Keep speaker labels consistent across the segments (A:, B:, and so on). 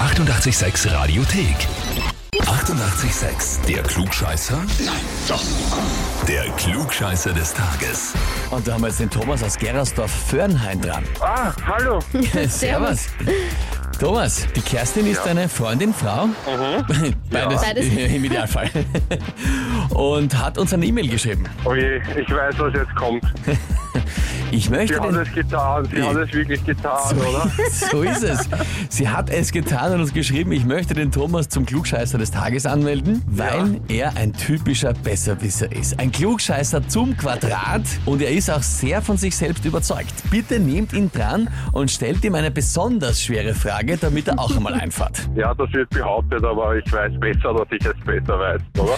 A: 886 Radiothek. 88,6. Der Klugscheißer? Nein, doch. Der Klugscheißer des Tages.
B: Und da haben wir jetzt den Thomas aus Gerasdorf-Föhrenhain dran.
C: Ah, hallo.
B: Servus. Thomas, die Kerstin ist deine Freundin, Frau.
A: Mhm.
B: Beides,
D: Beides.
B: im Idealfall. Und hat uns eine E-Mail geschrieben.
C: Oh je, ich weiß, was jetzt kommt.
B: Ich
C: Sie
B: möchte
C: hat
B: den,
C: es getan, sie hat es wirklich getan, oder?
B: So ist es. Sie hat es getan und uns geschrieben, ich möchte den Thomas zum Klugscheißer des Tages anmelden, weil er ein typischer Besserwisser ist. Ein Klugscheißer zum Quadrat und er ist auch sehr von sich selbst überzeugt. Bitte nehmt ihn dran und stellt ihm eine besonders schwere Frage, damit er auch einmal einfahrt.
C: Ja, das wird behauptet, aber ich weiß besser, dass ich es besser weiß, oder?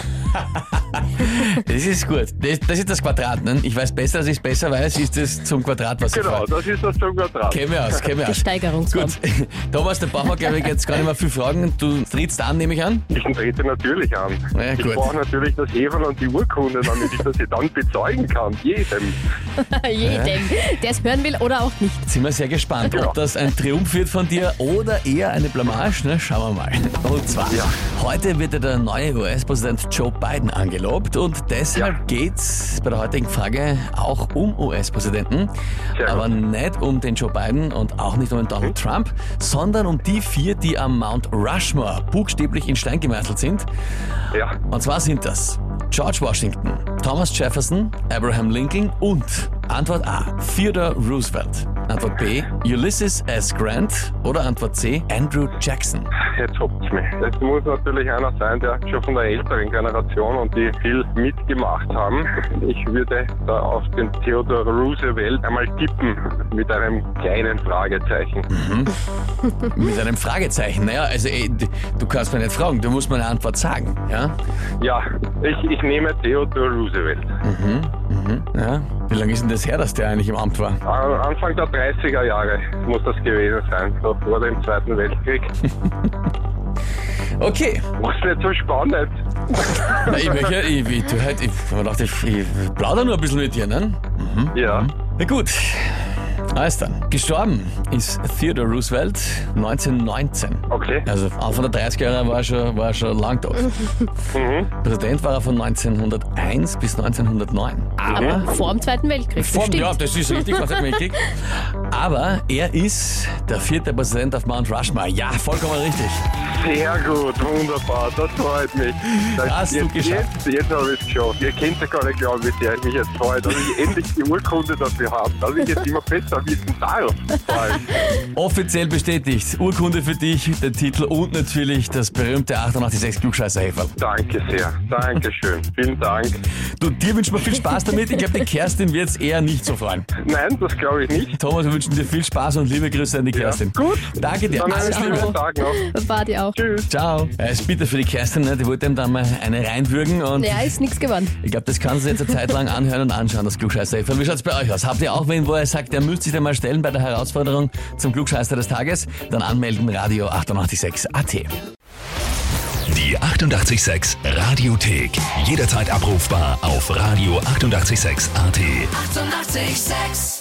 B: Das ist gut. Das, das ist das Quadrat, ne? Ich weiß besser, als ich besser weiß, ist das zum Quadrat, was ich
C: Genau,
B: frage.
C: das ist das schon Quadrat.
B: Kennen wir aus, kennen wir aus.
D: Steigerungsform.
B: Gut, Thomas, da brauchen wir, glaube ich, jetzt gar nicht mehr viel Fragen. Du trittst an, nehme ich an.
C: Ich trete natürlich an.
B: Na ja,
C: ich
B: gut.
C: brauche natürlich das Heferl und die Urkunde, damit ich das hier dann bezeugen kann. Jedem.
D: Jeden, der es hören will oder auch nicht.
B: Sind wir sehr gespannt,
C: Ja.
B: ob das ein Triumph wird von dir oder eher eine Blamage. Ne? Schauen wir mal. Und zwar,
C: Ja.
B: heute wird ja der neue US-Präsident Joe Biden angelobt und deshalb geht's bei der heutigen Frage auch um US-Präsidenten.
C: Sehr
B: Aber
C: gut.
B: nicht um den Joe Biden und auch nicht um den Donald Trump, sondern um die vier, die am Mount Rushmore buchstäblich in Stein gemeißelt sind.
C: Ja,
B: Und zwar sind das George Washington, Thomas Jefferson, Abraham Lincoln und Antwort A. Theodore Roosevelt. Antwort B. Ulysses S. Grant oder Antwort C. Andrew Jackson.
C: jetzt hoppt's mich. Es muss natürlich einer sein, der schon von der älteren Generation und die viel mitgemacht haben. Ich würde da auf den Theodore Roosevelt einmal tippen mit einem kleinen Fragezeichen.
B: Mit einem Fragezeichen. Naja, also ey, d- du kannst mir nicht fragen, du musst mir eine Antwort sagen. Ja?
C: Ja, ich, ich nehme Theodore Roosevelt.
B: ja? Wie lange ist denn das her, dass der eigentlich im Amt war?
C: An- Anfang der 30er Jahre muss das gewesen sein, so vor dem Zweiten Weltkrieg.
B: Okay.
C: Was nicht so spannend.
B: Na, ich möchte, ich, ich, du, halt, ich, ich, hab mir gedacht, ich, ich plaudere nur ein bisschen mit dir, ne?
C: Ja,
B: Na gut. Alles dann. Gestorben ist Theodore Roosevelt 1919.
C: okay.
B: Also Anfang der 30er Jahre war er schon, war er schon lang tot. Präsident war er von 1901 bis 1909. Aber
D: Ah. Vor dem Zweiten Weltkrieg. das
B: Vom,
D: stimmt.
B: ja, das ist richtig, was hat mir gekriegt. Aber er ist der vierte Präsident auf Mount Rushmore. Ja, vollkommen richtig.
C: Sehr gut, wunderbar, das freut mich. Das
B: Hast du
C: jetzt,
B: geschafft.
C: Jetzt, jetzt habe ich es geschafft. Ihr könnt ja gar nicht glauben, wie sehr ich mich jetzt freue, dass ich endlich die Urkunde dafür habe, dass ich jetzt immer besser wissen darf. Vor allem.
B: Offiziell bestätigt. Urkunde für dich, der Titel und natürlich das berühmte 886 klugscheißer -Häferl.
C: Danke sehr, Dankeschön, vielen Dank.
B: Du, dir wünschen wir viel Spaß damit. Ich glaube, den Kerstin wird es eher nicht so freuen.
C: Nein, das glaube ich nicht.
B: Thomas, wir wünschen dir viel Spaß und liebe Grüße an die Kerstin.
C: Gut.
B: Danke dir.
C: Dann einen
B: Alles Liebe.
C: schönen Tag noch.
D: War die auch.
C: Tschüss.
B: Ciao. Er ist bitter für die Kerstin, ne? die wollte ihm da mal eine reinwürgen und
D: Ja, ist nichts geworden.
B: ich glaube, das kann sie jetzt eine Zeit lang anhören und anschauen, das Klugscheißer. Wie schaut's bei euch aus? Habt ihr auch wen, wo ihr sagt, der müsst sich da mal stellen bei der Herausforderung zum Klugscheißer des Tages? Dann anmelden, Radio 886 AT.
A: Die 88,6 Radiothek. Jederzeit abrufbar auf radio886.at. 88,6.
E: 886